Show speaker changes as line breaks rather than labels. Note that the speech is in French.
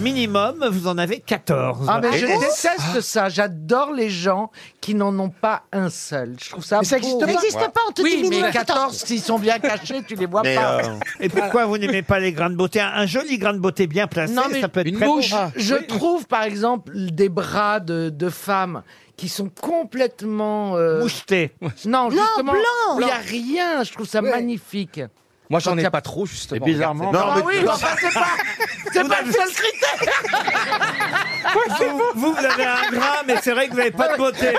minimum, vous en avez 14.
Ah, mais je déteste ça. J'adore les gens qui n'en ont pas un seul. Je trouve ça.
Mais ça existe
beau.
pas. Ça existe pas en toute
Oui, mais
diminution.
14, s'ils sont bien cachés, tu les vois
Mais,
pas.
euh,
Et pourquoi vous n'aimez pas les grains de beauté Un un joli grain de beauté bien placé,
Non, mais
ça peut être
une
très beau.
mouche.
Je trouve, par exemple, des bras de, de femmes qui sont complètement. euh,
moucheté.
Non, justement.
blanc.
Il n'y a rien. Je trouve ça magnifique.
Moi, j'en
Quand y
ai
a-
pas trop, justement.
Bizarrement.
Non,
Ah
mais
oui, mais enfin, c'est pas, c'est pas le seul critère.
Vous, vous, vous avez un grain, mais c'est vrai que vous n'avez pas de beauté.